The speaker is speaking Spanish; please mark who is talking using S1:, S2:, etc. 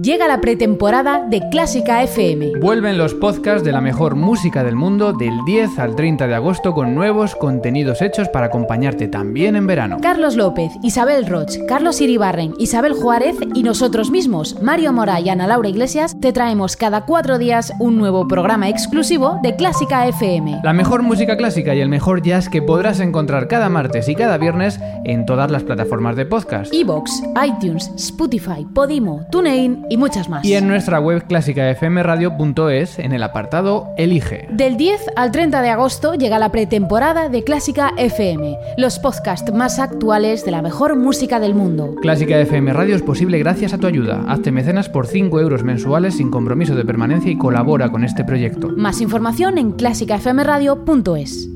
S1: Llega la pretemporada de Clásica FM.
S2: Vuelven los podcasts de la mejor música del mundo del 10 al 30 de agosto con nuevos contenidos hechos para acompañarte también en verano.
S1: Carlos López, Isabel Roch, Carlos Iribarren, Isabel Juárez y nosotros mismos, Mario Mora y Ana Laura Iglesias, te traemos cada cuatro días un nuevo programa exclusivo de Clásica FM.
S2: La mejor música clásica y el mejor jazz que podrás encontrar cada martes y cada viernes en todas las plataformas de podcast.
S1: Evox, iTunes, Spotify, Podimo, TuneIn y muchas más.
S2: Y en nuestra web clásicafmradio.es en el apartado Elige.
S1: Del 10 al 30 de agosto llega la pretemporada de Clásica FM, los podcasts más actuales de la mejor música del mundo.
S2: Clásica FM Radio es posible gracias a tu ayuda. Hazte mecenas por 5 euros mensuales sin compromiso de permanencia y colabora con este proyecto.
S1: Más información en clásicafmradio.es.